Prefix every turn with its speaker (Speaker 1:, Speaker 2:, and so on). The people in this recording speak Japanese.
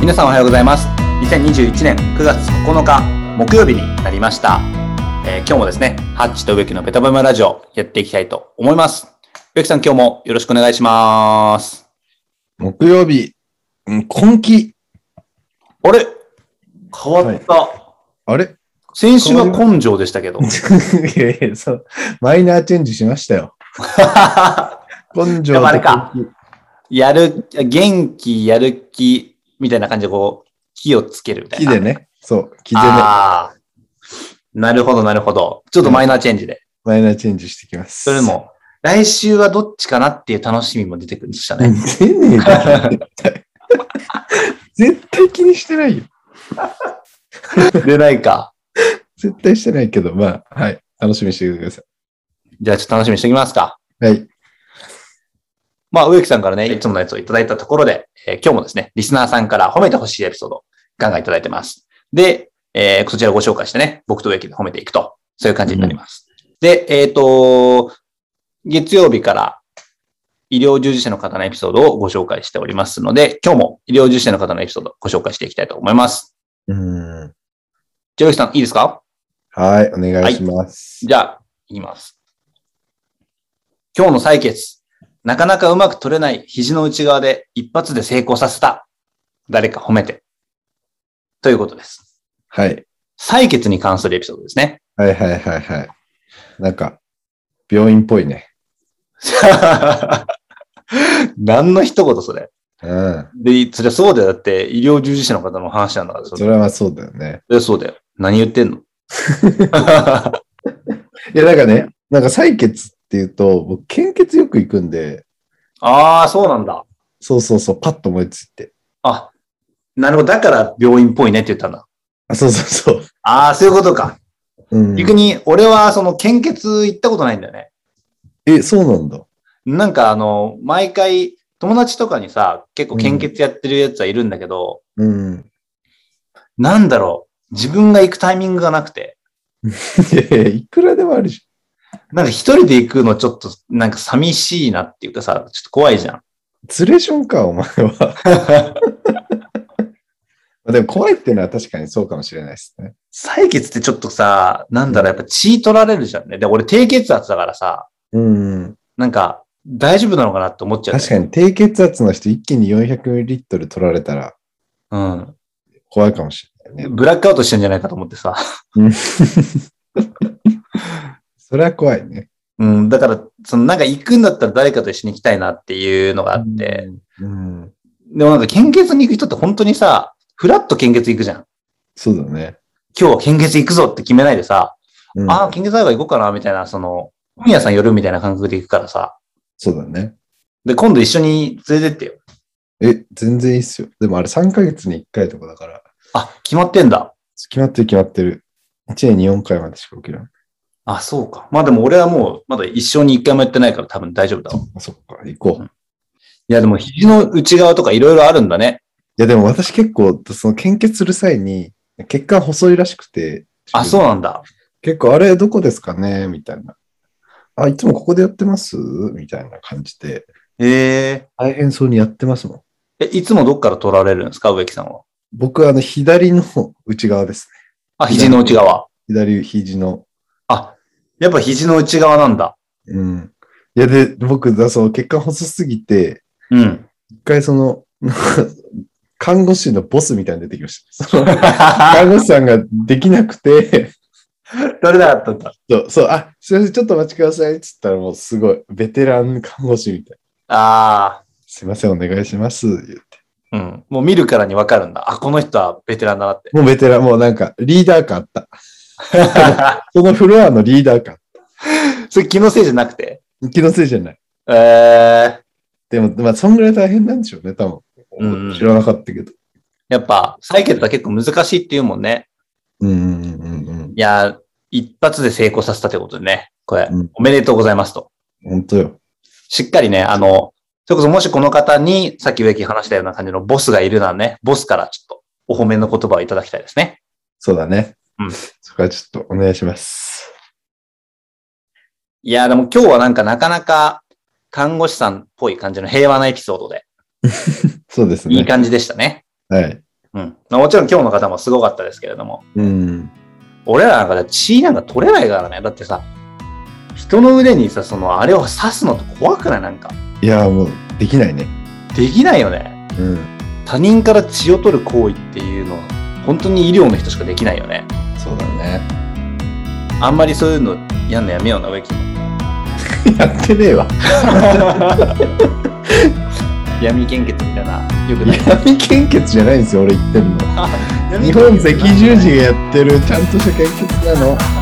Speaker 1: 皆さんおはようございます2021年9月9日木曜日になりました、えー今日もですねハッチと植木のベタバマラジオやっていきたいと思います植木さん今日もよろしくお願いします
Speaker 2: 木曜日、うん今期、
Speaker 1: あれ変わった、
Speaker 2: あれ
Speaker 1: 先週は根性でしたけど
Speaker 2: いやいや、そう、マイナーチェンジしましたよ。根性
Speaker 1: やっぱあれ
Speaker 2: と
Speaker 1: か
Speaker 2: 今 期
Speaker 1: やる元気やる気みたいな感じでこう気をつけるみたい
Speaker 2: 木
Speaker 1: な
Speaker 2: でね、そう、木でね、
Speaker 1: ああなるほどなるほどちょっとマイナーチェンジで、
Speaker 2: マイナーチェンジしてきます。
Speaker 1: それ。も、来週はどっちかなっていう楽しみも出てくるんでしたね。
Speaker 2: 出ねえだろ絶対。 絶対気にしてないよ。
Speaker 1: 出ないか。
Speaker 2: 絶対してないけど、まあ、はい。楽しみにしてくださ
Speaker 1: じゃあちょっと楽しみにしておきますか。
Speaker 2: い。はい。
Speaker 1: まあ、植木さんからね、いつものやつをいただいたところで、えー今日もですね、リスナーさんから褒めてほしいエピソード、ガンガンいただいてます。で、えーそちらをご紹介してね、僕と植木で褒めていくと、そういう感じになります。で、えっ、と、月曜日から医療従事者の方のエピソードをご紹介しておりますので、今日も医療従事者の方のエピソードをご紹介していきたいと思います。
Speaker 2: うん。
Speaker 1: じゃあ植木さん、いいですか
Speaker 2: はい、お願いします。
Speaker 1: じゃあ、言います。今日の採血。なかなかうまく取れない肘の内側で一発で成功させた。誰か褒めて。ということです。
Speaker 2: はい。
Speaker 1: 採血に関するエピソードですね。
Speaker 2: はいはいはいはい。なんか、病院っぽいね。
Speaker 1: 何の一言それ。
Speaker 2: うん。
Speaker 1: で、そりゃそうだよ。だって医療従事者の方の話なんだから、そ
Speaker 2: そ
Speaker 1: れ
Speaker 2: れはそうだよね。
Speaker 1: そりゃそうだよ。何言ってんの
Speaker 2: いや、なんかね、なんか採血っていうと、僕、献血よく行くんで、
Speaker 1: ああ、そうなんだ。
Speaker 2: そうそうそう、パッと思いついて。
Speaker 1: あ、なるほど。だから病院っぽいねって言ったんだ。
Speaker 2: あ、そうそうそ
Speaker 1: ああ、そういうことか。
Speaker 2: う。うん、
Speaker 1: 逆に、俺はその献血行ったことないんだよね。
Speaker 2: え、そうなんだ。
Speaker 1: なんかあの、毎回、友達とかにさ、結構献血やってるやつはいるんだけど、
Speaker 2: うん。
Speaker 1: なんだろう、自分が行くタイミングがなくて、
Speaker 2: いやいや、いくらでもあるし。
Speaker 1: なんか一人で行くのちょっと、なんか寂しいなっていうかさ、ちょっと怖いじゃん。
Speaker 2: ツレションか、お前は。 まあでも、怖いっていうのは確かにそうかもしれないですね。
Speaker 1: 採血ってちょっとさ、なんだろう、やっぱ血取られるじゃんね。で、俺低血圧だからさ、
Speaker 2: うん。
Speaker 1: なんか、大丈夫なのかなって思っちゃう、
Speaker 2: 確かに、低血圧の人、一気に 400ml 取られたら
Speaker 1: に。
Speaker 2: 怖いかもしれな
Speaker 1: う
Speaker 2: いね。
Speaker 1: ん。ブラックアウトしてんじゃないかと思ってさ。
Speaker 2: それは怖いね。
Speaker 1: うん、だから、そのなんか行くんだったら誰かと一緒に行きたいなっていうのがあって、
Speaker 2: うん。うん。
Speaker 1: でもなんか献血に行く人って本当にさ、フラッと献血行くじゃん。
Speaker 2: そうだね。
Speaker 1: 今日は献血行くぞって決めないでさ、
Speaker 2: うん、
Speaker 1: ああ、献血会館行こうかな、みたいな、その、本屋さん寄るみたいな感覚で行くからさ。
Speaker 2: そうだね。
Speaker 1: で、今度一緒に連れてってよ。
Speaker 2: え、全然いいっすよ。でもあれ3ヶ月に1回とかだから、
Speaker 1: あ、決まってんだ。
Speaker 2: 決まってる決まってる。1年に4回までしか起きない。
Speaker 1: あ、そうか。まあでも俺はもう、まだ一生に一回もやってないから多分大丈夫だわ。い
Speaker 2: あそっか、行こう。
Speaker 1: うん
Speaker 2: い
Speaker 1: や、でも肘の内側とかいろいろあるんだね。
Speaker 2: や、でも私結構、その献血する際に、血管細いらしくて、
Speaker 1: あ、そうなんだ。
Speaker 2: 結構、あれどこですかねみたいな。あ、いつもここでやってますみたいな感じで、
Speaker 1: へ
Speaker 2: 大変そうにやってますもん。
Speaker 1: え。え、いつもどっから取られるんですか、植木さんは。
Speaker 2: 僕、あの、左の内側ですね。
Speaker 1: あ、肘の内側。
Speaker 2: 左肘の。
Speaker 1: あ、やっぱ肘の内側なんだ。
Speaker 2: うん。いや、で、僕、だそう、血管細すぎて、
Speaker 1: うん。
Speaker 2: 一回その、 看護師のボスみたいに出てきました。その 看護師さんができなくて、
Speaker 1: 誰だったんだ。
Speaker 2: そう、そう、あ、すいません、ちょっとお待ちください。っつったらもうすごい、ベテラン看護師みたいな。
Speaker 1: あ
Speaker 2: すいません、お願いします。言って
Speaker 1: あ。うん。もう見るからにわかるんだ。あ、この人はベテランだなって。
Speaker 2: もうベテラン、もうなんか、リーダー感あった。そのフロアのリーダー感。
Speaker 1: それ気のせいじゃなくて。
Speaker 2: 気のせいじゃない。
Speaker 1: えー、
Speaker 2: でも、まあ、そんぐらい大変なんでしょうね、多
Speaker 1: うんうん
Speaker 2: 分。知らなかったけど。
Speaker 1: やっぱ、採血は結構難しいって言うもんね。
Speaker 2: うん、うん、うん、うん。
Speaker 1: いやー、一発で成功させたってことでね。これ、
Speaker 2: うん
Speaker 1: おめでとうございますと。
Speaker 2: 本当よ。
Speaker 1: しっかりね、あの、それこそもしこの方に、さっき植木話したような感じのボスがいるならね、ボスからちょっとお褒めの言葉をいただきたいですね。
Speaker 2: そうだね。
Speaker 1: うん
Speaker 2: そこはちょっとお願いします。
Speaker 1: いやー、でも今日はなんかなかなか看護師さんっぽい感じの平和なエピソードで、
Speaker 2: そうですね。
Speaker 1: いい感じでしたね。
Speaker 2: はい。
Speaker 1: うん。まあもちろん今日の方もすごかったですけれども、
Speaker 2: うん。
Speaker 1: 俺らなんかで血なんか取れないからね。だってさ、人の腕にさ、そのあれを刺すのって怖くないなんか。
Speaker 2: いや、もう、できないね。
Speaker 1: できないよね。
Speaker 2: うん。
Speaker 1: 他人から血を取る行為っていうのは、本当に医療の人しかできないよね。
Speaker 2: そうだね。
Speaker 1: あんまりそういうのやんのやめような、 植木。
Speaker 2: やってねえわ。
Speaker 1: 闇献血みたいな。よくない。
Speaker 2: 闇献血じゃないんですよ、俺言ってるの。日本赤十字がやってる、ちゃんとした献血なの。